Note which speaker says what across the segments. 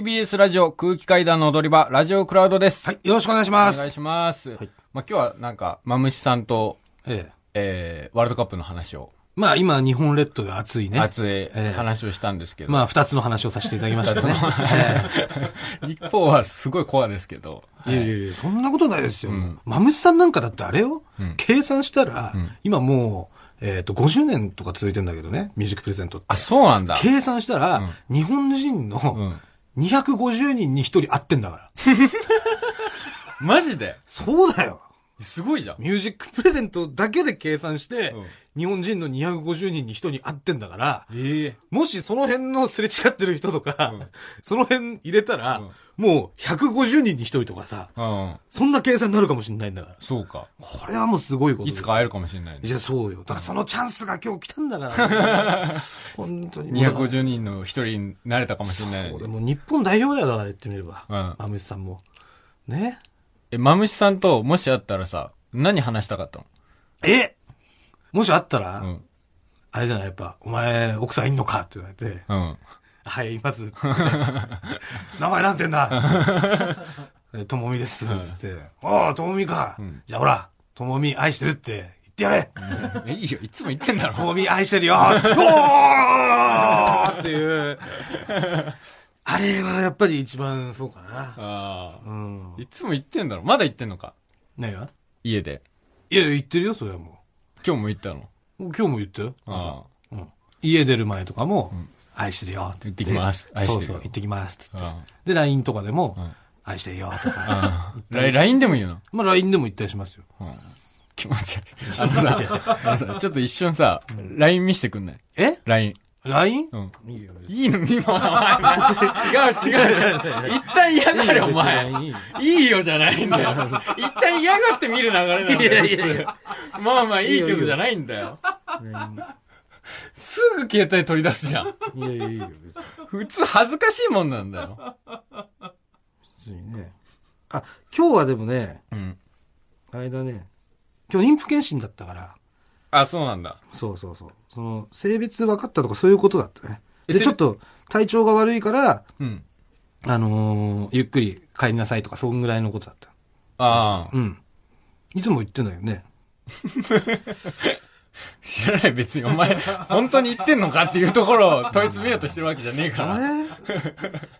Speaker 1: TBS ラジオ空気階段の踊り場、ラジオクラウドです。
Speaker 2: はい、よろしくお願いし
Speaker 1: お
Speaker 2: ます。
Speaker 1: 願いします。
Speaker 2: はい
Speaker 1: まあ、今日はなんか、マムシさんと、
Speaker 2: ええ。
Speaker 1: えー、ワールドカップの話を、
Speaker 2: まあ今、日本列島で暑いね。
Speaker 1: 熱い
Speaker 2: ええ
Speaker 1: 話をしたんですけど、
Speaker 2: まあ二つの話をさせていただきましたね。
Speaker 1: 一方はすごいコアですけど、
Speaker 2: いやいやいや、そんなことないですよ。マムシさんなんかだってあれよ。計算したら、今もう、えっ、と、50年とか続いてんだけどね、ミュージックプレゼントって。
Speaker 1: あ、そうなんだ。
Speaker 2: 計算したら、日本人の250人に1人会ってんだから。
Speaker 1: マジで
Speaker 2: そうだよ。
Speaker 1: すごいじゃん。
Speaker 2: ミュージックプレゼントだけで計算して、
Speaker 1: うん
Speaker 2: 日本人の250人に1人に会ってんだから、
Speaker 1: ええ
Speaker 2: もしその辺のすれ違ってる人とか、
Speaker 1: うん
Speaker 2: その辺入れたら、もう150人に1人とかさ、
Speaker 1: うん。
Speaker 2: そんな計算になるかもしれないんだから。
Speaker 1: そうか。
Speaker 2: これはもうすごいこと
Speaker 1: い
Speaker 2: です
Speaker 1: つか会えるかもしれないね
Speaker 2: い。や、そうよ。だからそのチャンスが今日来たんだ から、本当に。
Speaker 1: 250人の一人になれたかもしれない
Speaker 2: そう。でも日本代表だよ、だから言ってみれば。
Speaker 1: うん
Speaker 2: マムシさんも。ね。
Speaker 1: え、マムシさんともし会ったらさ、何話したかったの
Speaker 2: えもしあったら、
Speaker 1: うん。
Speaker 2: あれじゃない、やっぱ、お前、奥さんいんのかって言われて、
Speaker 1: うん。
Speaker 2: はい、い ます。名前なんてんだ。 えともみです。つって。ああ、ともみか。じゃあほら、ともみ愛してるって言ってやれ。
Speaker 1: え、いいよ。いつも言ってんだ
Speaker 2: と
Speaker 1: ろ。
Speaker 2: もみ 愛してるよ。おーっていう。あれはやっぱり一番そうかな。
Speaker 1: ああ。
Speaker 2: うん。
Speaker 1: いつも言ってんだろ。まだ言ってんのか。
Speaker 2: 何が
Speaker 1: 家で。
Speaker 2: いやいや、言ってるよ、それはも
Speaker 1: 今日も言ったの。
Speaker 2: う。もう今日も言ったよ。
Speaker 1: あ
Speaker 2: 朝うん家出る前とかも、愛してるよって言
Speaker 1: 行ってきます愛してるよ
Speaker 2: そうそう、行ってきますって言って
Speaker 1: あ。
Speaker 2: で、LINE とかでも、
Speaker 1: ん
Speaker 2: 愛してるよとか。
Speaker 1: あ。 ライ LINE でも言うの。
Speaker 2: まあ、LINE でも言ったりしますよ。
Speaker 1: うん。気持ち悪い。あの さ、あのさ、ちょっと一瞬さ、LINE 見してくんない
Speaker 2: え
Speaker 1: ?LINE。
Speaker 2: ?LINE?
Speaker 1: うん。
Speaker 2: いいよ、い
Speaker 1: いいの今、お前。 違う違う違う。一旦嫌がれ、お前。
Speaker 2: いいよ
Speaker 1: いいよじゃないんだよ。一旦嫌がって見る流れなんだよ。
Speaker 2: いやいやいや
Speaker 1: 普通まあまあいい曲じゃないんだよ。すぐ携帯取り出すじゃん。
Speaker 2: いやいやいいよ、
Speaker 1: 普通恥ずかしいもんなんだよ。
Speaker 2: 別にね。あ、今日はでもね、
Speaker 1: うん。
Speaker 2: あれだね、今日妊婦検診だったから、
Speaker 1: あ、そうなんだ。
Speaker 2: そうそうそう。その、性別分かったとかそういうことだったね。
Speaker 1: え
Speaker 2: で、
Speaker 1: 性
Speaker 2: ちょっと体調が悪いから、
Speaker 1: うん。
Speaker 2: あのーゆっくり帰りなさいとか、そんぐらいのことだった。
Speaker 1: ああ。
Speaker 2: うん。いつも言ってんだよね。
Speaker 1: 知らない別にお前、本当に言ってんのかっていうところを問い詰めようとしてるわけじゃねえか
Speaker 2: あ
Speaker 1: ら。
Speaker 2: れ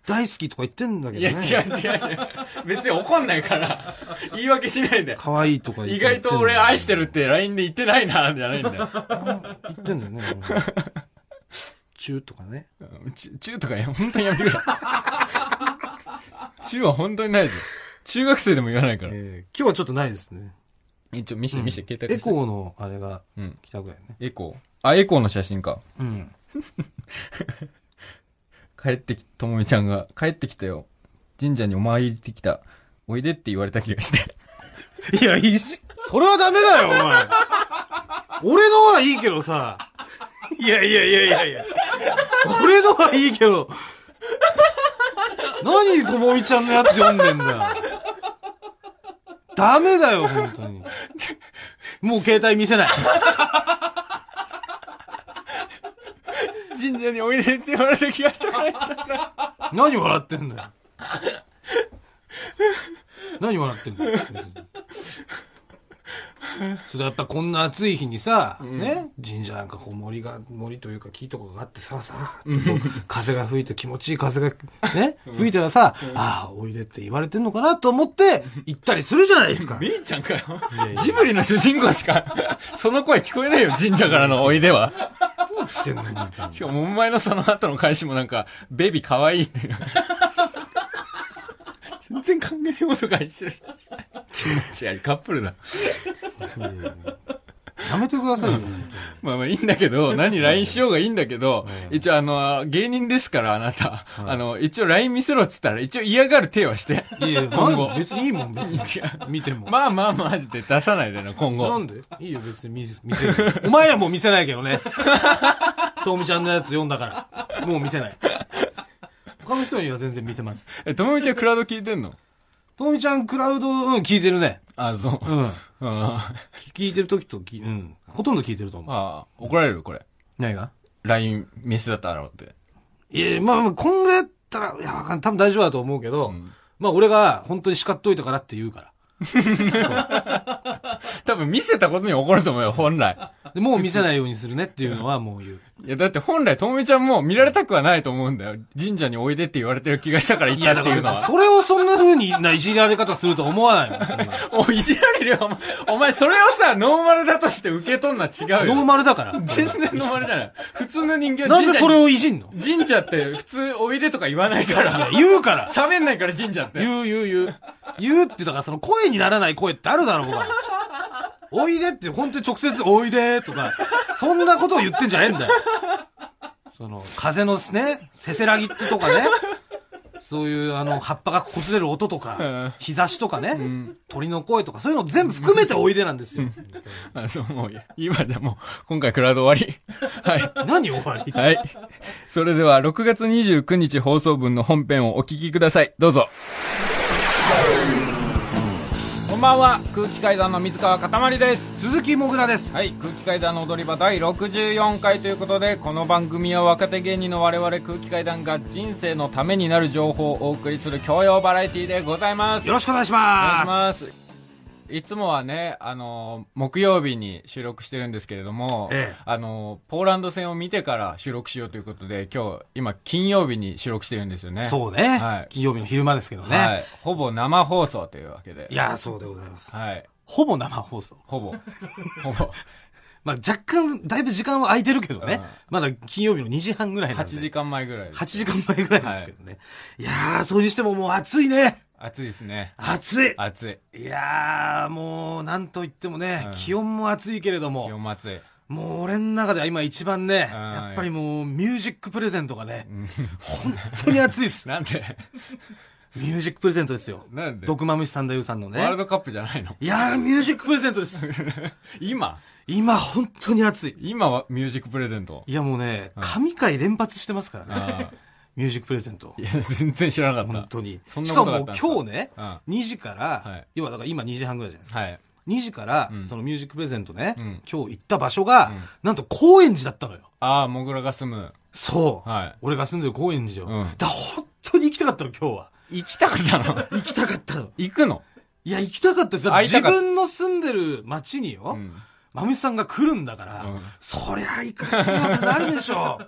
Speaker 2: 大好きとか言ってんだけ
Speaker 1: いや違
Speaker 2: ど
Speaker 1: う
Speaker 2: ね。
Speaker 1: 違う違う。別に怒んないから。言い訳しないで。
Speaker 2: 可愛いとか言
Speaker 1: 意
Speaker 2: って言って
Speaker 1: 外
Speaker 2: ん
Speaker 1: と
Speaker 2: だよ
Speaker 1: 俺愛してるって LINE で言ってないな、じゃないんだよ。
Speaker 2: 言ってんだよね。中とかね。
Speaker 1: うんちゅ中とかや、本当にやめてくれ。 中は本当にないぞ。中学生でも言わないから。
Speaker 2: えー今日はちょっとないですね。
Speaker 1: え、ちょ、見して、見して、携帯
Speaker 2: エ
Speaker 1: 貸して
Speaker 2: コーのあれが
Speaker 1: うん。
Speaker 2: 来たぐらいね。
Speaker 1: エコーあ、エコーの写真か。
Speaker 2: うん。
Speaker 1: 帰ってき、ともみちゃんが、帰ってきたよ。神社にお参りってきた。おいでって言われた気がして。
Speaker 2: いや、いいし、それはダメだよ、お前。俺のはいいけどさ。いやいやいやいやいや。俺のはいいけど。何、ともみちゃんのやつ読んでんだよ。ダメだよ、本当に。もう携帯見せない。
Speaker 1: 神社においでって言われた気がしたから言ったんだ。
Speaker 2: 何笑ってんだよ。何笑ってんだよ。それやっぱこんな暑い日にさ、ね、神社なんかこう森が、森というか木とかがあってさ、さ、こう風が吹いて気持ちい い風が、ね、吹いたらさ、ああ、おいでって言われてんのかなと思って行ったりするじゃないですか。
Speaker 1: めいちゃんかよ
Speaker 2: やい。や
Speaker 1: ジブリの主人公しか、その声聞こえないよ、神社からのおいでは。
Speaker 2: してんの本当に
Speaker 1: しかも、お前のその後の返しもなんか、ベビー可愛いって。全然関係ないこと返してる。気持ち悪い、カップルだ。
Speaker 2: やめてくださいよ。本
Speaker 1: まあまあいいんだけど、何 LINE しようがいいんだけど、一応あの、芸人ですから、あなた。あの、一応 LINE 見せろっつったら、一応嫌がる手はして。
Speaker 2: 当にいやいや、
Speaker 1: 今後
Speaker 2: なん別にいいもん、別に。
Speaker 1: 違う
Speaker 2: 見ても。
Speaker 1: まあまあマジで出さないでな、今
Speaker 2: な
Speaker 1: 後。
Speaker 2: んでいいよ、別に見せ、見せる。お前らもう見せないけど ね。ともみちゃんのやつ読んだから。もう見せない。他の人には全然見せます。
Speaker 1: え、ともみちゃんクラウド聞いてんの
Speaker 2: ともみちゃん、クラウド、うん、聞いてるね。
Speaker 1: あ、そうう。
Speaker 2: ん。
Speaker 1: うん。あ
Speaker 2: 聞いてる時とき、うん。ほとんど聞いてると思う。
Speaker 1: あ、怒られるこれ。
Speaker 2: 何が
Speaker 1: LINE 見せだったろうって。
Speaker 2: いや、まあ、まあ、こんぐらいったら、いや、わかん多分大丈夫だと思うけ
Speaker 1: う
Speaker 2: ど、
Speaker 1: ん
Speaker 2: まあ俺が本当に叱っといたからって言うか
Speaker 1: 多分見せたことに怒ると思うよ、本来。
Speaker 2: ら。でもう見せないようにするねっていうのはもう言う。
Speaker 1: いや、だって本来、ともみちゃんも見られたくはないと思うんだよ。神社においでって言われてる気がしたから行ったっていうのは。
Speaker 2: それをそんな風にないじられ方すると思わ ないもんそんな
Speaker 1: おい、いじられるよ。お前お前、それをさ、ノーマルだとして受け取んな違うよ。
Speaker 2: ノーマルだから。
Speaker 1: 全然ノーマルじゃない。普通の人間
Speaker 2: なんでそ
Speaker 1: を
Speaker 2: れをいじんの
Speaker 1: 神社って普通おいでとか言わないから。
Speaker 2: 言 うから
Speaker 1: 喋んないから神社って。
Speaker 2: 言う言う言う。言うって、だからその声にならない声ってあるだろ、お前。おいでって、本当に直接おいでとか、そんなことを言ってんじゃねえんだよ。その、風のね、せせらぎってとかね、そういうあの、葉っぱが擦れる音と
Speaker 1: うん
Speaker 2: か、日差しとかね、鳥の声とか、そういうの全部含めておいでなんですよ。
Speaker 1: あ、そう、もういいや。今じゃもう、今回クラウド終わり。はい。
Speaker 2: 何終わり
Speaker 1: はい。それでは、6月29日放送分の本編をお聞きください。どうぞ。こんばんは、空気階段の水川かたまりです。
Speaker 2: 鈴木もぐらです。
Speaker 1: はい、空気階段の踊り場第64回ということで、この番組は若手芸人の我々空気階段が人生のためになる情報をお送りする教養バラエティでございます。
Speaker 2: よろしくお願いし
Speaker 1: お願いし
Speaker 2: ます。
Speaker 1: ます。いつもはね、あの、木曜日に収録してるんですけれども、
Speaker 2: ええ
Speaker 1: あの、ポーランド戦を見てから収録しようということで、今日、今、金曜日に収録してるんですよね。
Speaker 2: そうね、
Speaker 1: はい
Speaker 2: 金曜日の昼間ですけどね。
Speaker 1: はい。ほぼ生放送というわけで。
Speaker 2: い、や、そうでございます。
Speaker 1: はい。
Speaker 2: ほぼ生放送。
Speaker 1: ほぼ。ほ ぼ。
Speaker 2: まあ、若干、だいぶ時間は空いてるけど
Speaker 1: うん
Speaker 2: ね。まだ金曜日の2時半ぐらいなんで。
Speaker 1: 8時間前ぐらいです。
Speaker 2: 8時間前ぐらいですけどね。い、やー、それにしてももう暑いね。
Speaker 1: 暑いですね。
Speaker 2: 暑い。
Speaker 1: 暑い。
Speaker 2: いやー、もう、なんと言ってもね、
Speaker 1: うん
Speaker 2: 気温も暑いけれども
Speaker 1: 気、温も暑い。
Speaker 2: もう俺の中では今一番ね、
Speaker 1: うん
Speaker 2: やっぱりもう、ミュージックプレゼントがね、本当に暑いっ す。
Speaker 1: なんで、
Speaker 2: ミュージックプレゼントですよ。
Speaker 1: なんで、
Speaker 2: 毒まむしさんだゆうさんの
Speaker 1: ワール
Speaker 2: ね。
Speaker 1: ドカップじゃないの
Speaker 2: いやー、ミュージックプレゼントです。
Speaker 1: 今
Speaker 2: 今、本当に暑い。
Speaker 1: 今はミュージックプレゼント。
Speaker 2: いやもうね、神回連発してますからね。ミュージックプレゼント
Speaker 1: い。や、全然知らなかった。
Speaker 2: 本当に。
Speaker 1: そん
Speaker 2: し
Speaker 1: な
Speaker 2: か
Speaker 1: こ
Speaker 2: も
Speaker 1: とがあったんですか
Speaker 2: 今日ね、
Speaker 1: うん
Speaker 2: 2時から、
Speaker 1: はい
Speaker 2: 要はだから今2時半ぐらいじゃないですか。
Speaker 1: はい。
Speaker 2: 2時から、
Speaker 1: ん
Speaker 2: そのミュージックプレゼントね、
Speaker 1: うん
Speaker 2: 今日行った場所が、
Speaker 1: ん
Speaker 2: なんと高円寺だったのよ。
Speaker 1: ああ、もぐらが住む。
Speaker 2: そう。
Speaker 1: はい
Speaker 2: 俺が住んでる高円寺よ。
Speaker 1: うん
Speaker 2: だから本当に行きたかったの、今日は。
Speaker 1: 行きたかったの
Speaker 2: 行きたかったの。
Speaker 1: 行くの
Speaker 2: いや、行きたかったです
Speaker 1: 会い
Speaker 2: 自
Speaker 1: たかった
Speaker 2: 分の住んでる町によ、
Speaker 1: ん
Speaker 2: まむしさんが来るんだから、
Speaker 1: うん
Speaker 2: そりゃ行かせよってなるでしょ。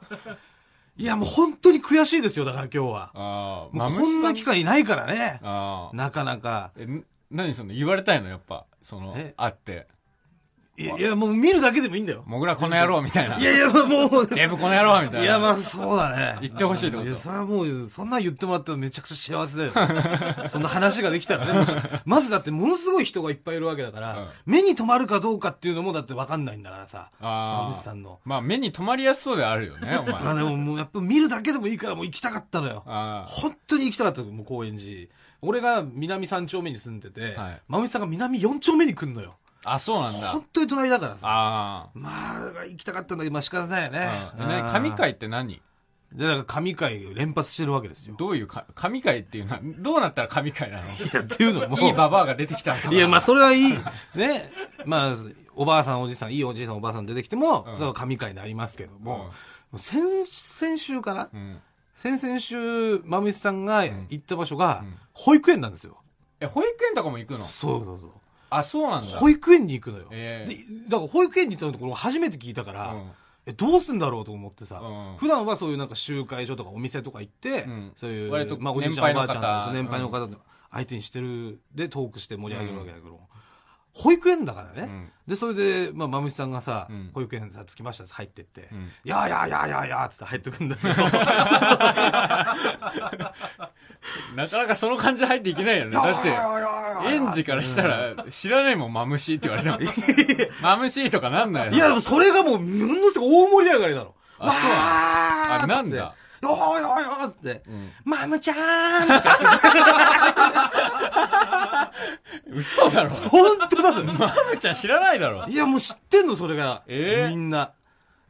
Speaker 2: いや、もう本当に悔しいですよ、だから今日は。
Speaker 1: ああ、
Speaker 2: もう
Speaker 1: マム
Speaker 2: こ
Speaker 1: シ
Speaker 2: ん
Speaker 1: さ
Speaker 2: な機会ないからね。
Speaker 1: ああ。
Speaker 2: なかなか。
Speaker 1: え、ん何その、言われたいのやっぱ、その
Speaker 2: え、
Speaker 1: 会って。
Speaker 2: いや、いやもう見るだけでもいいんだよ。
Speaker 1: もぐらこの野郎みたいな。
Speaker 2: いやいや、もう。
Speaker 1: デブこの野郎みたいな。
Speaker 2: いや、まあ、そうだね。
Speaker 1: 言ってほしいってこと
Speaker 2: や、それはもう、そんなん言ってもらったらめちゃくちゃ幸せだ よ。そんな話ができたらね。もしまずだって、ものすごい人がいっぱいいるわけだから、目に留まるかどうかっていうのもだって分かんないんだからさ。
Speaker 1: あ
Speaker 2: 馬
Speaker 1: あ
Speaker 2: 淵さんの。
Speaker 1: まあ、目に留まりやすそうではあるよね、お前。
Speaker 2: まあ
Speaker 1: あ
Speaker 2: でも、もうやっぱ見るだけでもいいから、もう行きたかったのよ。
Speaker 1: あ。
Speaker 2: 本当に行きたかったのもう高円寺。俺が南三丁目に住んでて
Speaker 1: はい、
Speaker 2: 馬淵さんが南四丁目に来んのよ。
Speaker 1: あ、そうなんだ
Speaker 2: 本。当に隣だからさ。
Speaker 1: あ
Speaker 2: まあ、行きたかったんだけど、まあ仕方ないよね
Speaker 1: あ。。う
Speaker 2: うん
Speaker 1: ん。ね、神回って何
Speaker 2: で、だから神回を連発してるわけですよ。
Speaker 1: どういうか、神回っていうのは、どうなったら神回 なの
Speaker 2: いや、っていうのも。
Speaker 1: いいババアが出てきたらさ
Speaker 2: いや、まあ、それはいい。ね。まあ、おばあさん、おじさん、いいおじいさん、おばあさん出てきても、
Speaker 1: うん
Speaker 2: それは神回になりますけど
Speaker 1: うん
Speaker 2: も、先、先週かな
Speaker 1: うん。
Speaker 2: 先々週、まみさんが行った場所が、保育園なんですよ。
Speaker 1: え、保育園とかも行くの
Speaker 2: そうそうそう。
Speaker 1: あ、そうなんだ。
Speaker 2: 保育園に行くのよ。
Speaker 1: ええ
Speaker 2: で、だから保育園に行ったのところ初めて聞いたから、
Speaker 1: うん
Speaker 2: え、どうすんだろうと思ってさ、
Speaker 1: うん
Speaker 2: 普段はそういうなんか集会所とかお店とか行って、
Speaker 1: うん
Speaker 2: そういう、
Speaker 1: 割と
Speaker 2: まあおじいちゃんお
Speaker 1: 年配の
Speaker 2: ばあ
Speaker 1: 方
Speaker 2: ちゃんそう年配の方の相手にしてる、でトークして盛り上げるわけだけど、保育園だからね。
Speaker 1: うん
Speaker 2: で、それで、まあ、まむしさんがさ、
Speaker 1: うん
Speaker 2: 保育園さ、着きました、入ってって、
Speaker 1: ん
Speaker 2: いやいやいやいやいや、つって入ってくんだ けど、
Speaker 1: なかなかその感じで入っていけないよね。だって、園児からしたら、知らないもん、マムシって言われても。マムシとかなんないよ。
Speaker 2: いや、でもそれがもう、ものすごい大盛り上がりなの。
Speaker 1: あそう
Speaker 2: わー
Speaker 1: あなんだ
Speaker 2: っつっておいおいおいって、
Speaker 1: ん
Speaker 2: マムちゃーんって
Speaker 1: 嘘だろ。
Speaker 2: 本当だと。
Speaker 1: マムちゃん知らないだろ。
Speaker 2: いや、もう知ってんの、それが。
Speaker 1: えー
Speaker 2: みんな。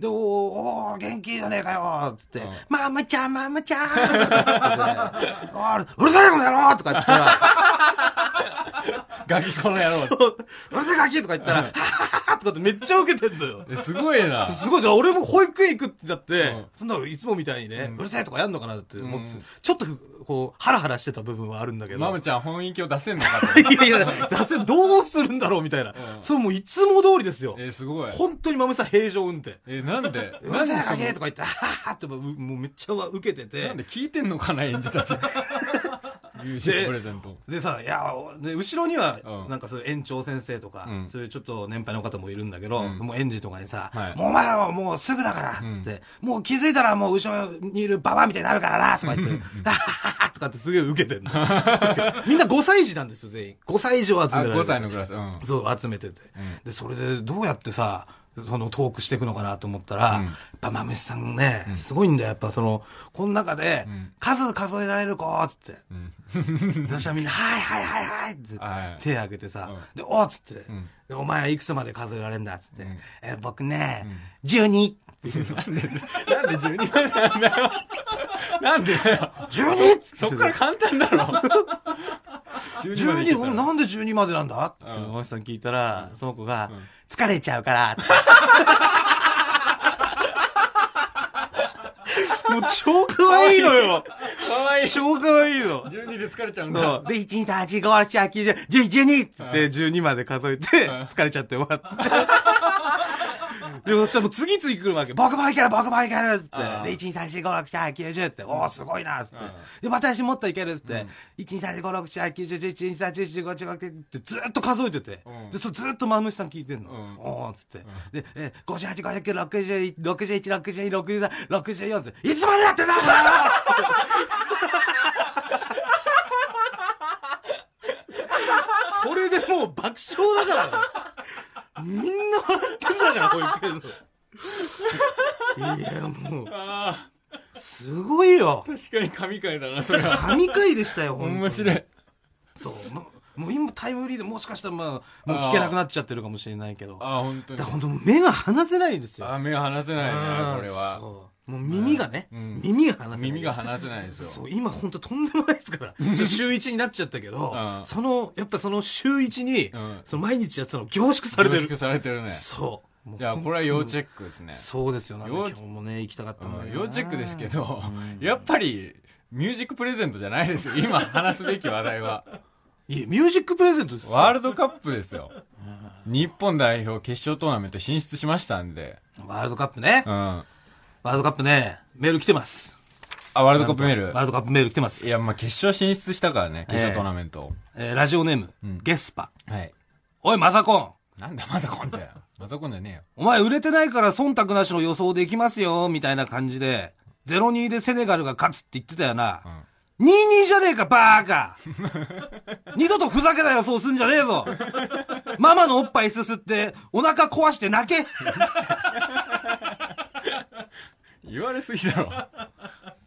Speaker 2: で、おーおー元気じゃねえかよつって
Speaker 1: ん、
Speaker 2: マムちゃん、マムちゃんつっておーうるさいこの野郎とか言ってたら、
Speaker 1: ガキこの野郎。
Speaker 2: そううるさいガキとか言ったら、はははーとかってめっちゃ受けてんのよ。
Speaker 1: えすごいな。
Speaker 2: すごい、じゃあ俺も保育園行くってだって、
Speaker 1: うん
Speaker 2: そんなのいつもみたいにね、うるせえとかやんのかなって思って、
Speaker 1: うん
Speaker 2: ちょっとこう、ハラハラしてた部分はあるんだけど。
Speaker 1: マムちゃん本意気を出せんのかと。
Speaker 2: いやいや、打線どうするんだろうみたいな。
Speaker 1: うん
Speaker 2: それもういつも通りですよ。
Speaker 1: え、すごい。
Speaker 2: 本当にマムさん平常運転。
Speaker 1: え、なんで
Speaker 2: うる
Speaker 1: なん
Speaker 2: せえ
Speaker 1: で
Speaker 2: ハ
Speaker 1: そ
Speaker 2: ゲ
Speaker 1: の
Speaker 2: とか言って、はははってもうもうめっちゃ受けてて。
Speaker 1: なんで聞いてんのかな、演じたち。優秀プレゼント。
Speaker 2: でさ、いや、で、後ろには
Speaker 1: う、ん
Speaker 2: なんかそういう園長先生とか、
Speaker 1: うん
Speaker 2: そういうちょっと年配の方もいるんだけど、
Speaker 1: うん
Speaker 2: もう園児とかにさ、
Speaker 1: はい
Speaker 2: もうお前らはもうすぐだからっつって、もう気づいたらもう後ろにいるババアみたいになるからなとか言って、 あはははとかってすげえ受けてんの。みんな5歳児なんですよ、全員。5歳以上集め
Speaker 1: あ、
Speaker 2: られる。
Speaker 1: 5歳のクラス。うん。
Speaker 2: そう、集めてて。で、それでどうやってさ、そのトークしていくのかなと思ったら、
Speaker 1: うん
Speaker 2: やっぱまむしさんね、すごいんだよ。やっぱその、この中で、数数えられる子っつって。そしたらみんな、はいはいはいはいって
Speaker 1: はい
Speaker 2: 手挙げてさ、
Speaker 1: うん
Speaker 2: で、おっつって、
Speaker 1: ん
Speaker 2: でお前はいくつまで数えられるんだっつって、
Speaker 1: ん
Speaker 2: え僕ね、12って言うの。
Speaker 1: なんで12なんだよ。なんでだよ。
Speaker 2: 12っつって。
Speaker 1: そっから簡単 だろ。12までいけ
Speaker 2: 12、
Speaker 1: た
Speaker 2: 俺
Speaker 1: ら
Speaker 2: なんで12までなんだって、
Speaker 1: うん
Speaker 2: おじさん聞いたら、その子が、
Speaker 1: ん
Speaker 2: 疲れちゃうから、ってもう超可愛いのよ
Speaker 1: かわいい。
Speaker 2: 超可愛いの
Speaker 1: 12で疲れちゃうん
Speaker 2: そ
Speaker 1: だ。
Speaker 2: う。で、1、2、3、4、5、6、7、8、9、10、12っつって、12まで数えて、
Speaker 1: うん
Speaker 2: 疲れちゃって終わって。で、そしたらもう次々来るわけ。僕もいける、僕もいけるっつって。で、
Speaker 1: うん
Speaker 2: 1、2、3、4、5、6、7、8、9、10っつって、おー、すごいなっつって
Speaker 1: うん。
Speaker 2: で、また私もっといけるっつって、1、2、3、4、5、6、7、8、9、10、11、2、3、4、5、6、7、8、9、10ってずーっと数えてて
Speaker 1: うん。
Speaker 2: で、それずーっとマムシさん聞いてんの。
Speaker 1: うん
Speaker 2: おーっつって。で、えー、58、59、60、61、62、63、64っつって、いつまでやってんだこれでもう爆笑だからねみんな笑ってんだから保育園のいやもう
Speaker 1: あ
Speaker 2: すごいよ
Speaker 1: あ、確かに神回だな、それは。
Speaker 2: 神回でしたよ本当に
Speaker 1: 面白い。
Speaker 2: そうもうもう今タイムフリーでもしかしたらまあもう聞けなくなっちゃってるかもしれないけどだか
Speaker 1: ああ、本当に
Speaker 2: ら。本当目が離せないですよ
Speaker 1: ああ、目が離せない
Speaker 2: うん
Speaker 1: ね、これは。
Speaker 2: そうもう耳がね、
Speaker 1: うん
Speaker 2: 耳が離せない
Speaker 1: 耳が離せないです
Speaker 2: そ
Speaker 1: よ。
Speaker 2: う、今本当とんでもないですから。ちょ週一になっちゃったけど
Speaker 1: う、ん
Speaker 2: その、やっぱその週一に
Speaker 1: うん、
Speaker 2: その毎日やってたの凝縮さ
Speaker 1: 凝
Speaker 2: れてる
Speaker 1: 縮。されてるね。
Speaker 2: そう。もう
Speaker 1: いや、これは要チェックですね。
Speaker 2: そうですよ。なんで
Speaker 1: 要
Speaker 2: 今日もね、行きたかったんだけどな。
Speaker 1: 要チェックですけど、やっぱり、ミュージックプレゼントじゃないですよ。今話すべき話題は。
Speaker 2: いや、ミュージックプレゼントですよ。
Speaker 1: ワールドカップですよ。日本代表決勝トーナメント進出しましたんで。
Speaker 2: ワールドカップね
Speaker 1: う。ん。あ、
Speaker 2: ワールドカップね、メール来てます。
Speaker 1: ワールドカップメ
Speaker 2: ワー
Speaker 1: ー
Speaker 2: ルドカップメール来てま
Speaker 1: ル。い
Speaker 2: す。
Speaker 1: や、まあ、決勝進出したからね、決勝トーナメント。
Speaker 2: えーラジオネーム
Speaker 1: ん、
Speaker 2: ゲスパ。
Speaker 1: はい。
Speaker 2: おい、マザコン。
Speaker 1: なんだ、マザコンだよ。マザコンじゃねえよ。
Speaker 2: お前売れてないから忖度なしの予想できますよ、みたいな感じで、0-2でセネガルが勝つって言ってたよな。2-2じゃねえか、バ ーカ二度とふざけた予想すんじゃねえぞママのおっぱいすすって、お腹壊して泣け
Speaker 1: 言われすぎだ ろ。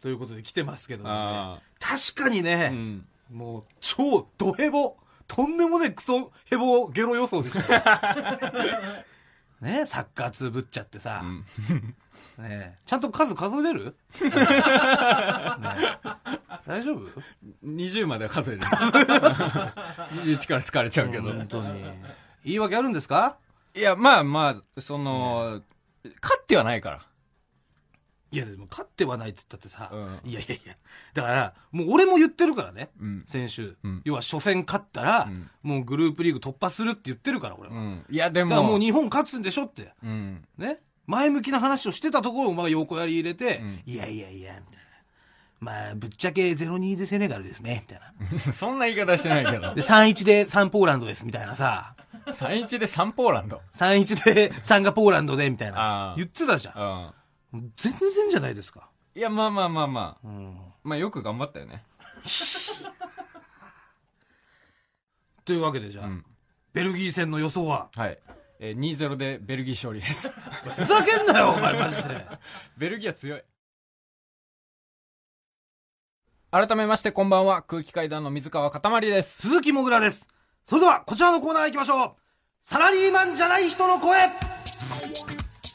Speaker 2: ということで来てますけどね。
Speaker 1: あ
Speaker 2: 確かに
Speaker 1: あ。う
Speaker 2: ね、
Speaker 1: ん。
Speaker 2: もう、超ドヘボ、とんでもねえクソヘボゲロ予想でしたよ。ねサッカー通ぶっちゃってさ。ねえちゃんと数数えれるねえ大丈夫
Speaker 1: 20までは数える。21から 疲れちゃうけど。
Speaker 2: 本当に。言い訳あるんですか
Speaker 1: いや、まあまあ、その、勝ってはないから。
Speaker 2: いや、でも勝ってはないって言ったってさ、
Speaker 1: う
Speaker 2: いやいやいや。だから、もう俺も言ってるからね、
Speaker 1: うん
Speaker 2: 先週、
Speaker 1: うん
Speaker 2: 要は初戦勝ったら、
Speaker 1: ん
Speaker 2: もうグループリーグ突破するって言ってるから、俺は。
Speaker 1: う
Speaker 2: だ
Speaker 1: ん。いや、でも。
Speaker 2: からもう日本勝つんでしょって。
Speaker 1: うん。
Speaker 2: ね前向きな話をしてたところをお前が横やり入れて、
Speaker 1: ん
Speaker 2: いやいやいや、みたいな。まあ、ぶっちゃけ0-2でセネガルですね、みたいな。
Speaker 1: そんな言い方してないけど
Speaker 2: で、。3-1で3ポーランドです、みたいなさ。
Speaker 1: 3 1で3ポーランド。
Speaker 2: 3-1で3がポーランドで、みたいな
Speaker 1: あ。ー
Speaker 2: 言ってたじゃん。
Speaker 1: うん。
Speaker 2: 全然じゃないですか。
Speaker 1: いや、まあまあまあまあ。
Speaker 2: うん。
Speaker 1: まあよく頑張ったよね。
Speaker 2: というわけでじゃあ、
Speaker 1: ん
Speaker 2: ベルギー戦の予想は
Speaker 1: はい。えー、2-0でベルギー勝利です。
Speaker 2: ふざけんなよ、お前マジで。
Speaker 1: ベルギーは強い。改めましてこんばんは。空気階段の水川かたまりです。
Speaker 2: 鈴木もぐらです。それでは、こちらのコーナー行きましょう。サラリーマンじゃない人の声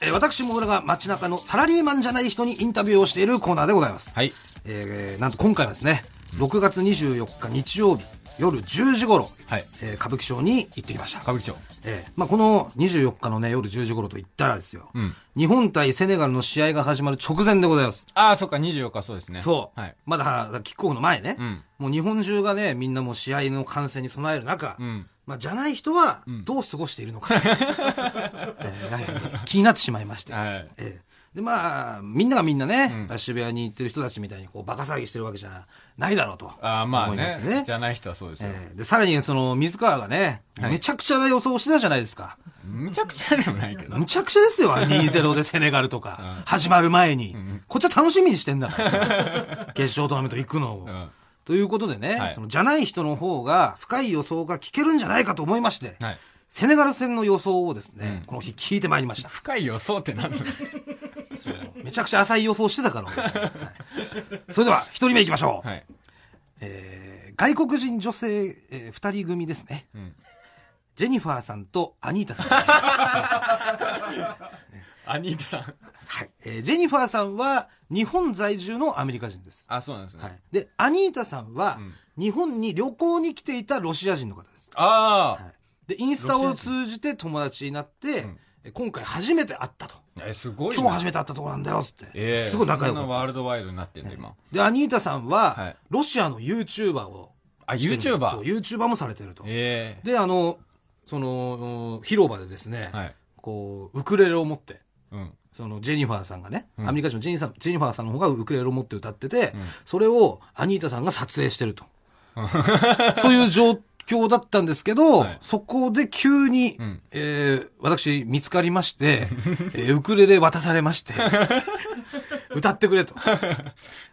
Speaker 2: えー私、もぐらが街中のサラリーマンじゃない人にインタビューをしているコーナーでございます。
Speaker 1: はい。
Speaker 2: えーなんと今回はですね、6月24日日曜日、夜10時頃、
Speaker 1: はい
Speaker 2: えー歌舞伎町に行ってきました。
Speaker 1: 歌舞伎町
Speaker 2: ええまあ、この24日のね、夜10時頃と言ったらですよ、
Speaker 1: うん
Speaker 2: 日本対セネガルの試合が始まる直前でございます。
Speaker 1: ああそっか24日そうですね
Speaker 2: そう。
Speaker 1: はい
Speaker 2: まだ、キックオフの前ね、
Speaker 1: うん
Speaker 2: もう日本中がね、みんなもう試合の観戦に備える中、
Speaker 1: うん
Speaker 2: まあ、じゃない人は、どう過ごしているの か、ええやはり気になってしまいまして。
Speaker 1: はい
Speaker 2: ええで、まあ、みんながみんなね、渋谷に行ってる人たちみたいに、こう、バカ騒ぎしてるわけじゃないだろうと。
Speaker 1: ああまあ
Speaker 2: 思いま
Speaker 1: ね
Speaker 2: す
Speaker 1: じゃない人はそうですよ、
Speaker 2: ええで、さらに、その、水川がね、
Speaker 1: はい
Speaker 2: めちゃくちゃな予想をしてたじゃないですか。
Speaker 1: むちゃくちゃでもないけど
Speaker 2: むちゃくちゃですよ、あれ2-0でセネガルとか、始まる前に。こっちは楽しみにしてんだから、 決勝トーナメント行くのを。
Speaker 1: ん
Speaker 2: ということでね、
Speaker 1: はい
Speaker 2: そのじゃない人の方が深い予想が聞けるんじゃないかと思いまして、
Speaker 1: はい
Speaker 2: セネガル戦の予想をですね、この日聞いてまいりました。
Speaker 1: 深い予想って なんだ
Speaker 2: めちゃくちゃ浅い予想してたか ら、俺はいそれでは、一人目行きましょう。
Speaker 1: はい
Speaker 2: えー外国人女性、えー二人組ですね、ジェニファーさんとアニータさんです。
Speaker 1: アニータさん
Speaker 2: はいえージェニファーさんは日本在住のアメリカ人です。
Speaker 1: あそうなんですね、
Speaker 2: はい、で、アニータさんは日本に旅行に来ていたロシア人の方です。
Speaker 1: ああ、
Speaker 2: はい、で、インスタを通じて友達になって、えー今回初めて会ったと。
Speaker 1: えすごい
Speaker 2: 今日初
Speaker 1: め
Speaker 2: めて会ったとこなんだよ、つって。
Speaker 1: ええ
Speaker 2: すごい仲良か
Speaker 1: そん
Speaker 2: っ
Speaker 1: な
Speaker 2: た
Speaker 1: ワールドワイドになってんだ、今
Speaker 2: で、アニータさんは、
Speaker 1: はい
Speaker 2: ロシアの YouTuber を
Speaker 1: あ
Speaker 2: してる。
Speaker 1: YouTuber
Speaker 2: そう、YouTuber もされてると。
Speaker 1: ええ
Speaker 2: で、あの、その、広場でですね、
Speaker 1: はい
Speaker 2: こう、ウクレレを持って、
Speaker 1: うん
Speaker 2: そのジェニファーさんがね、
Speaker 1: ん
Speaker 2: アメリカ人のジェニさんジェニファーさんの方がウクレレを持って歌ってて、それをアニータさんが撮影してると。 そういう状況だったんですけど、
Speaker 1: はい
Speaker 2: そこで急に、
Speaker 1: ん
Speaker 2: えー私見つかりまして、えーウクレレ渡され まして、歌ってくれと、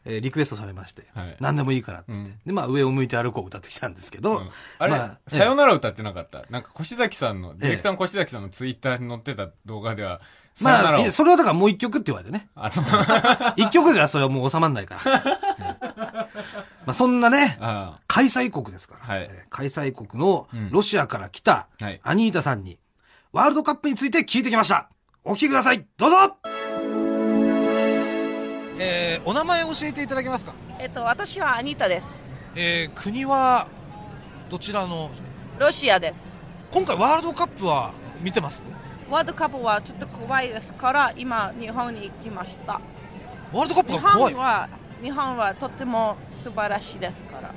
Speaker 2: えーリクエストされまして、
Speaker 1: はい
Speaker 2: 何でもいいからって言って、で、まあ上を向いて歩こう歌ってきたんですけど、
Speaker 1: うんあれ、
Speaker 2: まあ
Speaker 1: さよなら歌ってなかったなんか、越崎さんの、ディレクターの越崎さんのツイッターに載ってた動画では、さよな
Speaker 2: ま
Speaker 1: らを
Speaker 2: あ、。それはだからもう一曲って言われてね。
Speaker 1: あ、 そう。
Speaker 2: 一曲じゃそれはもう収まんないから。うんまあそんなね、
Speaker 1: あ
Speaker 2: 開催国ですから、
Speaker 1: はい
Speaker 2: えー開催国の
Speaker 1: ん
Speaker 2: ロシアから来た
Speaker 1: はい
Speaker 2: アニータさんに、ワールドカップについて聞いてきました。お聞きください。どうぞえお名前教えていただけますか
Speaker 3: えっと、私はアニータです。
Speaker 2: え国は、どちらの、
Speaker 3: ロシアです。
Speaker 2: 今回ワールドカップは見てます
Speaker 3: ワールドカップはちょっと怖いですから、今、日本に来ました。
Speaker 2: ワールドカッ
Speaker 3: 日本は、日本はとても素晴らしいですから。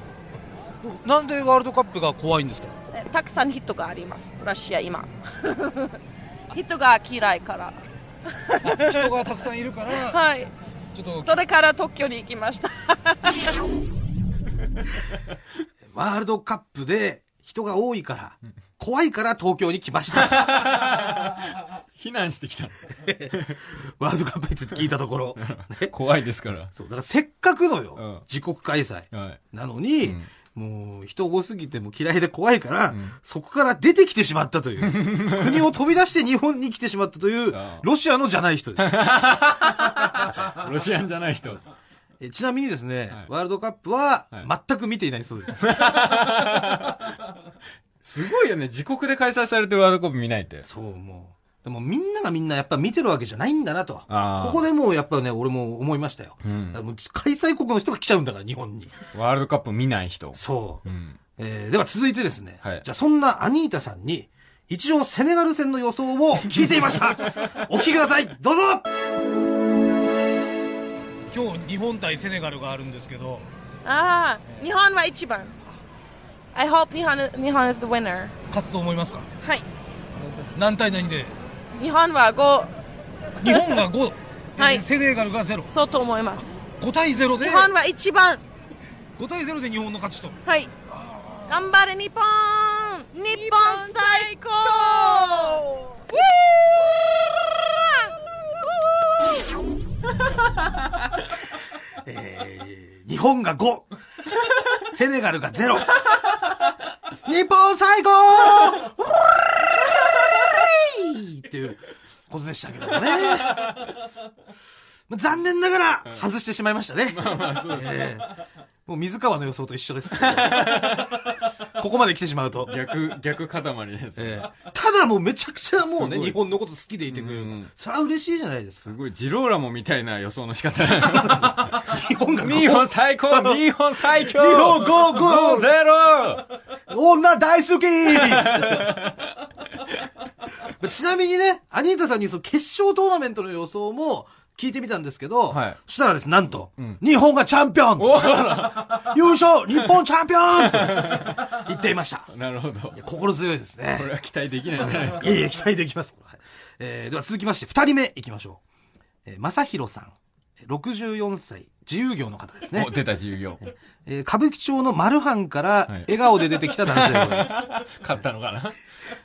Speaker 2: なんでワールドカップが怖いんですか
Speaker 3: えたくさん人があります、ロシア今。人が嫌いから。
Speaker 2: 人がたくさんいるから、
Speaker 3: はい。
Speaker 2: ちょっと
Speaker 3: それから東京に行きました。
Speaker 2: ワールドカップで人が多いから、怖いから東京に来ました。
Speaker 1: 避難してきたの。
Speaker 2: ワールドカップについて聞いたと ころ。ね
Speaker 1: 怖いですから。
Speaker 2: そう、だからせっかくのよ、
Speaker 1: うん
Speaker 2: 自国開催。
Speaker 1: はい。
Speaker 2: なのに、
Speaker 1: うん
Speaker 2: もう人多すぎても嫌いで怖いから、
Speaker 1: ん
Speaker 2: そこから出てきてしまった という、国を飛び出して日本に来てしまったという
Speaker 1: ああ、
Speaker 2: ロシアのじゃない人です。
Speaker 1: ロシアンじゃない人。
Speaker 2: えちなみにですね、
Speaker 1: はい
Speaker 2: ワールドカップは
Speaker 1: は
Speaker 2: 全く見ていないそうです。
Speaker 1: すごいよね。自国で開催されてるワールドカップ見ないって。
Speaker 2: そう、もう。でもみんながみんなやっぱ見てるわけじゃないんだなと。こ
Speaker 1: あー
Speaker 2: こでもうやっぱね、俺も思いましたよ。
Speaker 1: うん
Speaker 2: だからもう開催国の人が来ちゃうんだから、日本に。
Speaker 1: ワールドカップ見ない人。
Speaker 2: そう。
Speaker 1: うん。
Speaker 2: えーでは続いてですね。
Speaker 1: はい
Speaker 2: じゃあそんなアニータさんに、一応セネガル戦の予想を 聞いていましたお聞きくださいどうぞ
Speaker 4: 今日日本対セネガルがあるんですけど
Speaker 3: ああ、日本は一番。I hope 日本日本 is the winner.
Speaker 4: 勝つと思いますか
Speaker 3: はい。
Speaker 4: 何対何で
Speaker 3: 日本は5、
Speaker 4: 日本が5、
Speaker 3: は
Speaker 4: はいセネガルが0 5
Speaker 3: そうと思います。
Speaker 4: 対0で
Speaker 3: 日本は一番。
Speaker 4: 5対0で日本の勝ちと
Speaker 3: はい。頑張れ日本日本最高
Speaker 2: えー、日本が5、セネガルが0、日本最高うらーいっていうことでしたけどもね。まあ残念ながら外してしまいましたね。えーもう水川の予想と一緒です。ここまで来てしまうと。
Speaker 1: 逆、逆塊です。
Speaker 2: えーただもうめちゃくちゃもう
Speaker 1: す
Speaker 2: ね、
Speaker 1: ごい
Speaker 2: 日本のこと好きでいてくれる
Speaker 1: うんう
Speaker 2: の
Speaker 1: ん。
Speaker 2: それは嬉しいじゃないです
Speaker 1: す
Speaker 2: か。
Speaker 1: ごい、ジローラモみたいな予想の仕方。
Speaker 2: 日本が
Speaker 1: 日
Speaker 2: 5
Speaker 1: 本最高日本最強
Speaker 2: 日本ゴーゴー
Speaker 1: ゼロ
Speaker 2: 女大好き ちなみにね、アニータさんにその決勝トーナメントの予想も聞いてみたんですけど、
Speaker 1: はい
Speaker 2: そしたらです、なんと、日本がチャンピオン優勝日本チャンピオンって言っていました。
Speaker 1: なるほど
Speaker 2: いや心強いですね
Speaker 1: こ。れは期待できないんじゃないですか
Speaker 2: いやいや、期待できます。はいえーでは続きまして、二人目いきましょう。えー、正弘さん、64歳、自由業の方ですね
Speaker 1: お。出た自由業
Speaker 2: えー歌舞伎町のマルハンから
Speaker 1: はい
Speaker 2: 笑顔で出てきた男性でございます。
Speaker 1: 勝ったのかな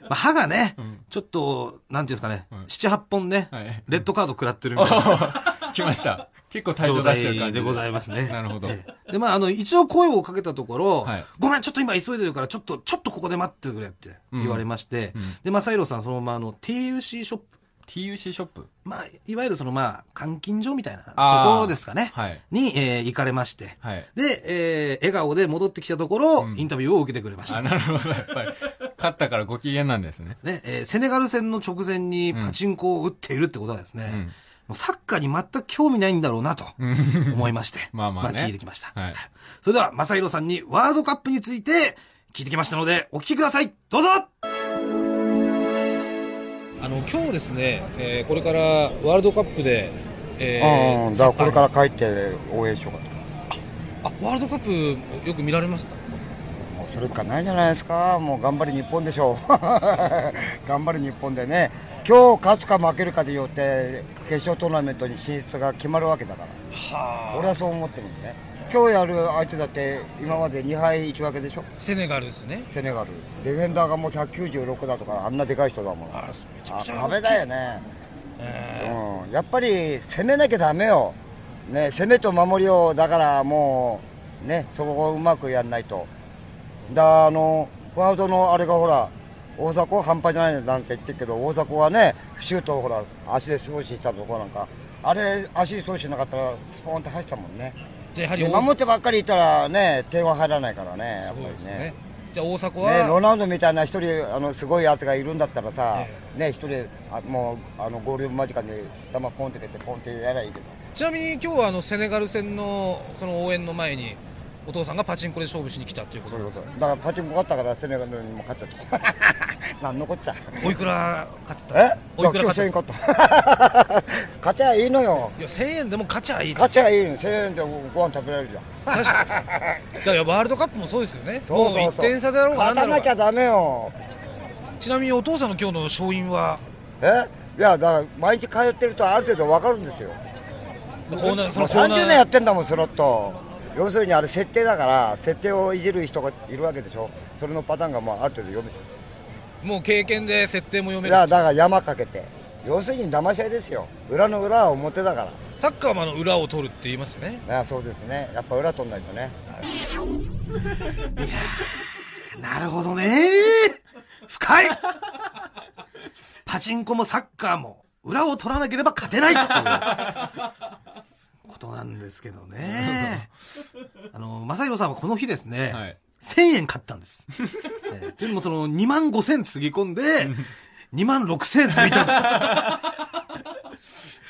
Speaker 2: まあ、歯がね、ちょっと、なんていうんですかね、七、八本ね、
Speaker 1: はい
Speaker 2: レッドカード食らってるみたいな
Speaker 1: 来ました結構体
Speaker 2: 状
Speaker 1: 調出してる感
Speaker 2: 態
Speaker 1: じ
Speaker 2: でございますね。
Speaker 1: なるほど
Speaker 2: ええで、まあ、あの、一応声をかけたところ、
Speaker 1: はい
Speaker 2: ごめん、ちょっと今急いでるから、ちょっと、ちょっとここで待っててくれって言われまして、で、まあ、サイロさん、そのまま、あの、TUC ショップ、
Speaker 1: TUC ショップ
Speaker 2: まあ、いわゆるその、まあ、監禁所みたいなと
Speaker 1: あー
Speaker 2: ころですかね。
Speaker 1: はい
Speaker 2: に、えー行かれまして。
Speaker 1: はい
Speaker 2: で、えー笑顔で戻ってきたところ、インタビューを受けてくれました
Speaker 1: あ。なるほどやっぱり勝ったからご機嫌なんですね
Speaker 2: ね、えーセネガル戦の直前にパチンコを打っているってことはですね、もうサッカーに全く興味ないんだろうなと思いまして、
Speaker 1: まあまあね
Speaker 2: 聞いてきました。
Speaker 1: はい
Speaker 2: それでは、正宏さんにワールドカップについて聞いてきましたので、お聞きくださいどうぞ
Speaker 4: あの今日ですね、えーこれからワールドカップで、えー
Speaker 5: うん、だからこれ
Speaker 4: サッカー
Speaker 5: から帰って応援しようか
Speaker 4: あワールドカップよく見られますか
Speaker 5: と、もうそれしかないじゃないですか、もう頑張る日本でしょ う、頑張る日本でね、今日勝つか負けるかによって、決勝トーナメントに進出が決まるわけだから、
Speaker 4: は
Speaker 5: 俺はそう思ってるんでね、今日やる相手だって、今まで2敗1分けでしょ、
Speaker 4: セネガルですね
Speaker 5: セネガル、ディフェンダーがもう196だとか、あんなでかい人だもん、
Speaker 4: あ
Speaker 5: あ
Speaker 4: めちゃくちゃ
Speaker 5: 壁だよね、
Speaker 4: え
Speaker 5: うん、やっぱり攻めなきゃだめよ、ね、攻めと守りを、だからもう、ね、そこをうまくやんないと、だあのワールドのあれがほら、大迫半端じゃないなんて言ってるけど、大迫はね、シュートをほら、足で過ごしていたところなんか、あれ、足で過ごしてなかったら、スポーンって走ったもんね、
Speaker 4: ーじゃあやはり
Speaker 5: で守ってばっかりいたらね、点は入らないからね、やっぱ
Speaker 4: そうで
Speaker 5: り
Speaker 4: す
Speaker 5: ね
Speaker 4: ね。じゃあ大迫は、
Speaker 5: ね、ロナウドみたいな一人あのすごいやつがいるんだったらさ、ね一人あもうあのゴール間近で球ポンって出てポンってやりゃいいけど
Speaker 4: ちなみに今日はあのセネガル戦のその応援の前にお父さんがパチンコで勝負しに来たということなんですね
Speaker 5: だからパチンコ勝ったからセネガルにも勝っちゃった なんのこっちゃ
Speaker 4: おいくら勝ってたんです
Speaker 5: え
Speaker 4: かおいくら
Speaker 5: 今日1000
Speaker 4: 勝っ
Speaker 5: 円
Speaker 4: てたん
Speaker 5: 勝った 勝ちゃいいのよ
Speaker 4: ですかいや1000円でも勝ちゃいい
Speaker 5: 勝ちゃいいの1000円でご飯食べられるじゃん
Speaker 4: 確かにいやいやワールドカップもそうですよね
Speaker 5: そうそうそう
Speaker 4: もう1点差だろうが
Speaker 5: 勝
Speaker 4: 何
Speaker 5: た
Speaker 4: だろ
Speaker 5: な
Speaker 4: う
Speaker 5: きゃ
Speaker 4: が
Speaker 5: ダメよ
Speaker 4: ちなみにお父さんの今日の勝因は
Speaker 5: えいやだから毎日通ってるとある程度わかるんですよ
Speaker 4: コーナーそ
Speaker 5: もう
Speaker 4: のコー
Speaker 5: 30
Speaker 4: ナ
Speaker 5: 年
Speaker 4: ー
Speaker 5: やってんだもんスロット要するにあれ設定だから設定をいじる人がいるわけでしょそれのパターンがもうある程度読めてる
Speaker 4: もう経験で設定も読め
Speaker 5: い
Speaker 4: る
Speaker 5: やだから山かけて要するに騙し合いですよ裏の裏は表だから
Speaker 4: サッカーもあの裏を取るって言いますよね
Speaker 5: いやそうですねやっぱ裏取んないとね
Speaker 2: なるほどね深いパチンコもサッカーも裏を取らなければ勝てないということなんですけどね。あの、正宏さんはこの日ですね、
Speaker 1: はい
Speaker 2: 1000円買ったんです。えーでもその2万5000つぎ込んで、2万6000円抜いたんです。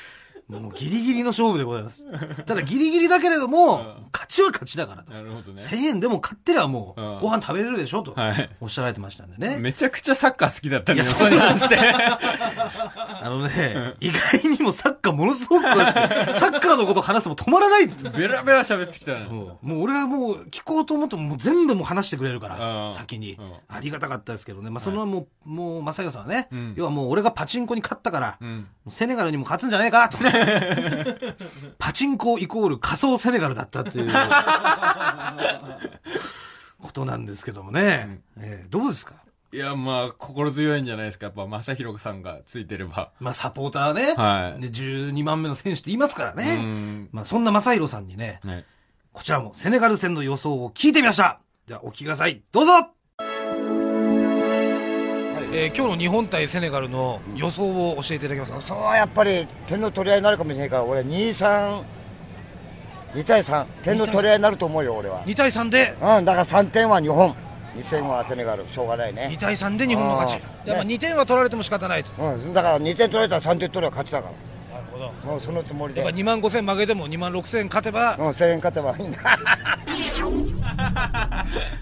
Speaker 2: もうギリギリの勝負でございます。ただギリギリだけれども、勝ちは勝ちだからと。
Speaker 1: なるほどね
Speaker 2: 1000円でも買ってりゃもう
Speaker 1: うん、
Speaker 2: ご飯食べれるでしょと
Speaker 1: はい、
Speaker 2: おっしゃられてましたんで ね。
Speaker 1: めちゃくちゃサッカー好きだったんで
Speaker 2: い
Speaker 1: 予
Speaker 2: や
Speaker 1: 想に関して
Speaker 2: あのね、意外にもサッカーものすごく詳し く、サッカーのこと話すと止まらないんですよ。
Speaker 1: ベラベラ喋ってきたな
Speaker 2: もう俺はもう聞こうと思ってももう全部もう話してくれるか
Speaker 1: う
Speaker 2: ら
Speaker 1: ん、
Speaker 2: 先に
Speaker 1: うん。
Speaker 2: ありがたかったですけどね。まあ、そのもう、もう、正義さんはね
Speaker 1: ん、
Speaker 2: 要はもう俺がパチンコに勝ったから
Speaker 1: う、ん
Speaker 2: セネガルにも勝つんじゃねえかと。 パチンコイコール仮想セネガルだっ たっていう。ことなんですけどもね。えーどうですか
Speaker 1: いやまあ心強いんじゃないですかやっぱ正弘さんがついてれば
Speaker 2: まあ、サポーターはね、
Speaker 1: はい
Speaker 2: で12万目の選手って言いますから
Speaker 1: う
Speaker 2: ね。
Speaker 1: ん
Speaker 2: まあ、そんな正宏さんにね、
Speaker 1: はい
Speaker 2: こちらもセネガル戦の予想を聞いてみました。では、お聞きください。どうぞ
Speaker 4: えー今日の日本対セネガルの予想を教えていただけますか、
Speaker 5: そうはやっぱり点の取り合いになるかもしれないから俺23 2対3点の取り合いになると思うよ俺は
Speaker 4: 2対3で
Speaker 5: うんだから3点は日本2点はセネガルしょうがない
Speaker 4: 2
Speaker 5: ね
Speaker 4: 対3で日本の勝ち、
Speaker 5: あー
Speaker 4: やっぱ2点は取られても仕方ないと
Speaker 5: うんだから2点取られたら3点取れば勝ちだか
Speaker 4: なるほど
Speaker 5: らもうそのつもりで
Speaker 4: やっぱ2万5000負けても2万6000勝てば
Speaker 5: うん1000円勝てばいいな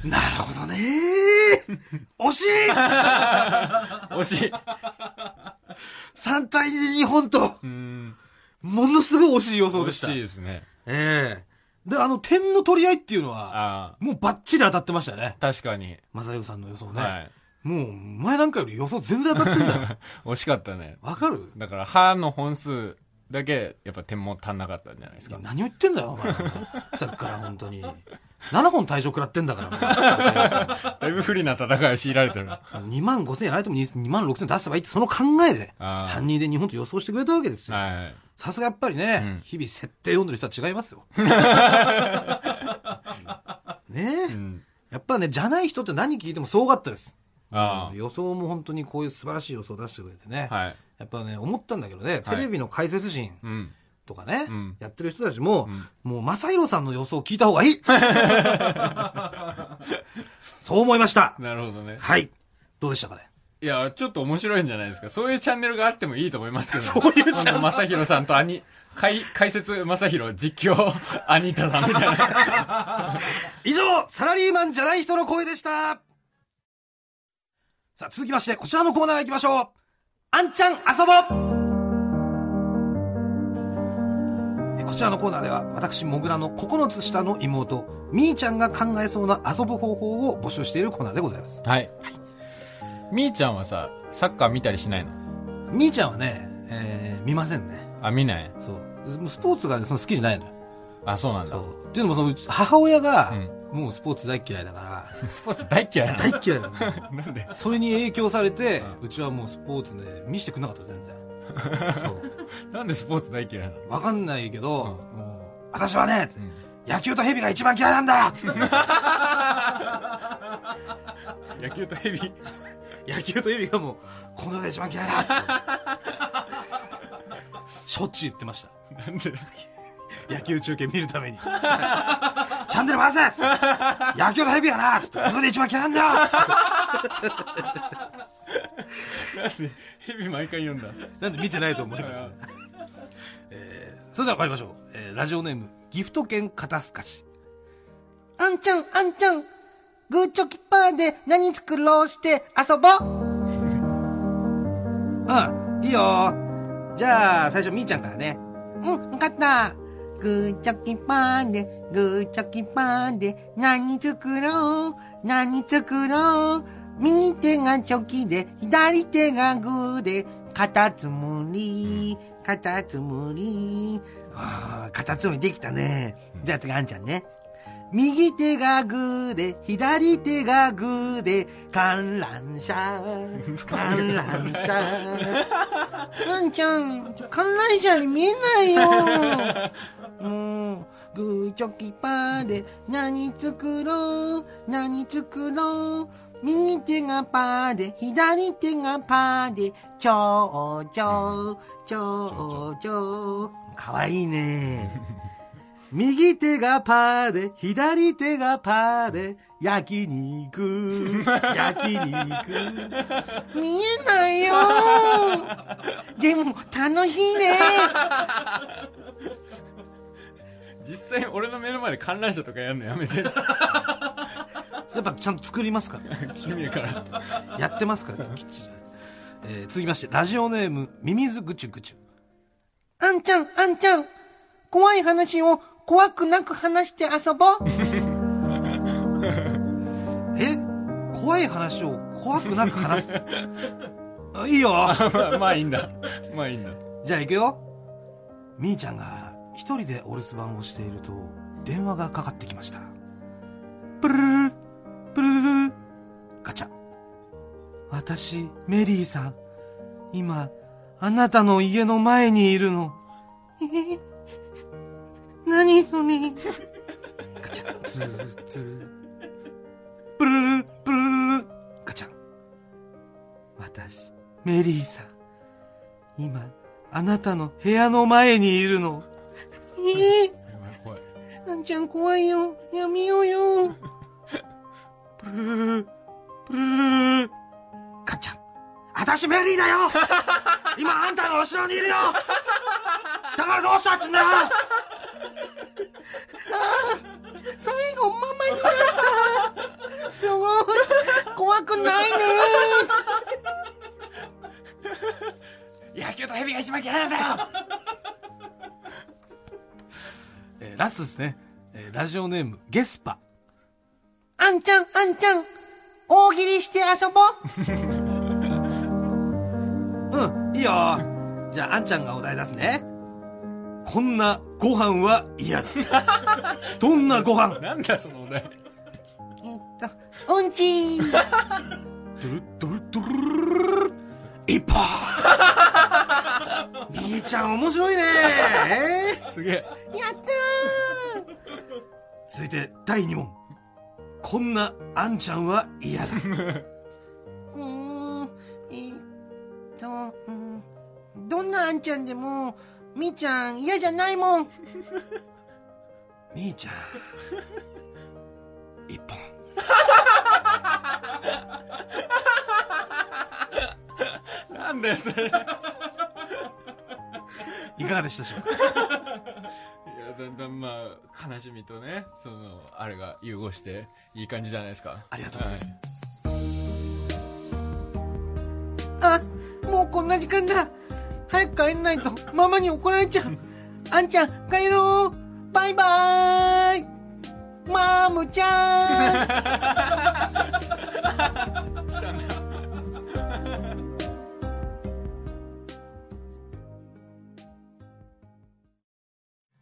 Speaker 2: なるほどね 惜しい
Speaker 1: 惜しい。
Speaker 2: !3 対2日本と、
Speaker 1: うん。
Speaker 2: ものすごい惜しい予想
Speaker 1: 惜
Speaker 2: でした。
Speaker 1: しいですね。
Speaker 2: ええで、あの、点の取り合いっていうのは、
Speaker 1: あ
Speaker 2: もうバッチリ当たってましたね
Speaker 1: あ。。確かに。
Speaker 2: マサヨさんの予想ね。
Speaker 1: はい。
Speaker 2: もう、前なんかより予想全然当たって んだよ。
Speaker 1: 惜しかったね。
Speaker 2: わかる
Speaker 1: だから、歯の本数だけ、やっぱ点も足んなかったんじゃないです
Speaker 2: いや
Speaker 1: か。
Speaker 2: 何を言ってんだよ、お前。さっきから本当に。7本退場食らってんだから、
Speaker 1: だいぶ不利な戦い強いられてる。は
Speaker 2: 2万5千やられても 2, 万6千出せばいいって、その考えで、
Speaker 1: あー
Speaker 2: 3人で日本と予想してくれたわけですよ。
Speaker 1: い。
Speaker 2: さすがやっぱりね、
Speaker 1: うん
Speaker 2: 日々設定読んでる人は違いま すよ。ねえ、
Speaker 1: うん。
Speaker 2: やっぱね、じゃない人って何聞いてもすごかったです。
Speaker 1: あ
Speaker 2: 予想も本当にこういう素晴らしい予想を出してくれてね。
Speaker 1: あ。はい。
Speaker 2: やっぱね、思ったんだけどね、テレビの解説陣
Speaker 1: うん。
Speaker 2: とかね、
Speaker 1: うん
Speaker 2: やってる人たちも、
Speaker 1: ん
Speaker 2: もう、正宏さんの予想を聞いた方が いいそう思いました。
Speaker 1: なるほどね。
Speaker 2: はい。どうでしたかね
Speaker 1: いや、ちょっと面白いんじゃないですか。そういうチャンネルがあってもいいと思いますけど、 そういうチャンネル。まさひろさんと兄、解解説まさひろ、実況、 アニータさんみたいな。
Speaker 2: 以上、サラリーマンじゃない人の声でしたさあ、続きまして、こちらのコーナー行きましょうあんちゃん遊ぼうえこちらのコーナーでは、私、もぐらの9つ下の妹、みーちゃんが考えそうな遊ぶ方法を募集しているコーナーでございます。
Speaker 1: はい。みーちゃんはさ、サッカー見たりしないの
Speaker 2: みーちゃんはね、えー見ませんね。
Speaker 1: あ、見ない
Speaker 2: そう。スポーツが、ね、その好きじゃないのよ。
Speaker 1: あ、そうなん
Speaker 2: そ
Speaker 1: だ。
Speaker 2: う。っていうのも、そのうち、母親が
Speaker 1: うん、
Speaker 2: もうスポーツ大っ嫌いだから、
Speaker 1: スポーツ大っ嫌いなの
Speaker 2: 大っ嫌いなの。
Speaker 1: なんで
Speaker 2: それに影響されて、うちはもうスポーツで見してくれなかったよ全然。そう。
Speaker 1: なんでスポーツ大っ嫌いなの
Speaker 2: わかんないけど、もう、私はね、
Speaker 1: ん
Speaker 2: 野球とヘビが一番嫌いなんだ
Speaker 1: 野球とヘビ。
Speaker 2: 野球とヘビがもう、この世で一番嫌いだ しょっちゅう言ってました。
Speaker 1: なんで
Speaker 2: 野球中継見るために。チャンネル回せ つって野球のヘビやなつって、これで一番嫌いなんだ よ
Speaker 1: なんでヘビ毎回読んだ。
Speaker 2: なんで見てないと思います、ね。えー、それでは参りましょう。えー、ラジオネーム、ギフト券肩透かし。
Speaker 6: あんちゃん、あんちゃん、グーチョキパーで何作ろうして遊ぼう。
Speaker 2: うん、いいよじゃあ、最初、みーちゃんからね。
Speaker 6: うん、わかった。グーチョキパーで、グーチョキパーで何作ろう、何作ろう。右手がチョキで、左手がグーで、カタツムリ、カタツムリ。ああ、カタツムリできたね。じゃあ次、あんちゃんね。右手がグーで、左手がグーで、観覧車、観覧車。うんちゃん、観覧車に見えないよ。もう、グーチョキパーで、何作ろう、何作ろう。右手がパーで、左手がパーで、ちょうちょう、ちょうちょう。かわいいね。右手がパーで、左手がパーで、焼肉、焼肉。見えないよでも、楽しいね
Speaker 1: 実際俺の目の前で観覧車とかやるのやめて。
Speaker 2: やっぱちゃんと作りますから。
Speaker 1: 君から。
Speaker 2: やってますから、きっちり。えー、続きまして、ラジオネーム、ミミズぐちゅぐちゅ。
Speaker 6: あんちゃん、あんちゃん、怖い話を怖くなく話して 遊ぼう。
Speaker 2: え怖い話を怖くなく話す。あいいよ
Speaker 1: まあ、まあいいんだ。まあいいんだ。
Speaker 2: じゃあ行くよ。みーちゃんが一人でお留守番をしていると、電話がかかってきました。プルルル、プルルル、ガチャ。私、メリーさん。今、あなたの家の前にいるの。
Speaker 6: 何それ
Speaker 2: ガチャ。ツーツー。プルルル、プルルル、ガチャ。私、メリーさん。今、あなたの部屋の前にいるの。
Speaker 6: ええ
Speaker 1: やばい怖い。
Speaker 6: あんちゃん怖いよ。やめようよ。
Speaker 2: プルルルル、プルルルル、ガチャ。私メリーだ よ今あんたの後ろにいるよだからどうしたっつうんだよ
Speaker 6: 最後、ママになった。すごい。怖たくないね
Speaker 2: 野球と蛇が一番嫌いなんだよ えーラストですね、えーラジオネームゲスパ
Speaker 6: あんちゃん、あんちゃん、大喜利して遊ぼう。
Speaker 2: うんいいよじゃああんちゃんがお題出すねこんなご飯は 嫌だどんなご飯
Speaker 1: なんだそのお題
Speaker 6: えっと、うんちー。
Speaker 2: ドゥルドゥルドゥルルルル一歩 みーちゃん面白いね、えー
Speaker 1: すげえ
Speaker 6: やったー。
Speaker 2: 続いて第2問こんなあんちゃんは嫌だ
Speaker 6: うーん、えっと、うん、どんなあんちゃんでも、みーちゃん嫌じゃないもん。
Speaker 2: みーちゃん一本
Speaker 1: なんだよそれいや
Speaker 2: いかがでしたでしょうか
Speaker 1: だんだんまあ悲しみとねそのあれが融合していい感じじゃないですか
Speaker 2: ありがとうございます
Speaker 1: は
Speaker 6: あ、もうこんな時間だ。早く帰んないと、ママに怒られちゃう。あんちゃん、帰ろう。バイバーイ。マームちゃん。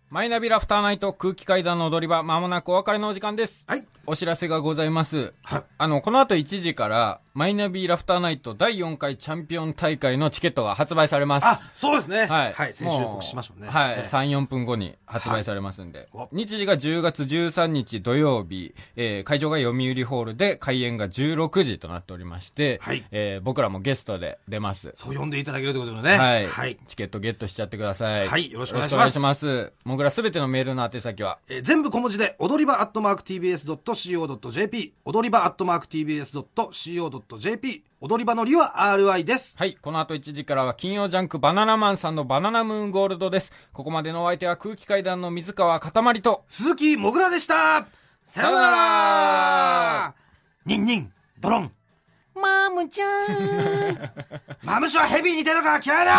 Speaker 1: マイナビラフターナイト空気階段の踊り場まもなくお別れのお時間です
Speaker 2: はい
Speaker 1: お知らせがございます
Speaker 2: はい
Speaker 1: あのこの後1時からマイナビラフターナイト第4回チャンピオン大会のチケットが発売されます
Speaker 2: あそうですね
Speaker 1: はい。
Speaker 2: 先週予告しましたもんね
Speaker 1: もうはい。
Speaker 2: ええ
Speaker 1: 3、4分後に発売されますんで。
Speaker 2: はい
Speaker 1: 日時が10月13日土曜日、えー会場が読売ホールで開演が16時となっておりまして、
Speaker 2: はい
Speaker 1: えー僕らもゲストで出ます。
Speaker 2: そう呼んでいただけるということでね
Speaker 1: はい、
Speaker 2: はい
Speaker 1: チケットゲットしちゃってください。
Speaker 2: はいよろしくお願
Speaker 1: よろ
Speaker 2: いします
Speaker 1: くお願いします。もぐらすべてのメールの宛先は、
Speaker 2: えー全部小文字で、踊り場アットマーク TBS.CO.JP、踊り場アットマーク TBS.CO.JP、踊り場のりは RI です。
Speaker 1: はい。この後1時からは金曜ジャンクバナナマンさんのバナナムーンゴールドです。ここまでのお相手は空気階段の水川かたまりと、
Speaker 2: 鈴木もぐらでしたさようならニンニン、ドロン、
Speaker 6: マームちゃん。
Speaker 2: マムシはヘビーに出るから嫌いだ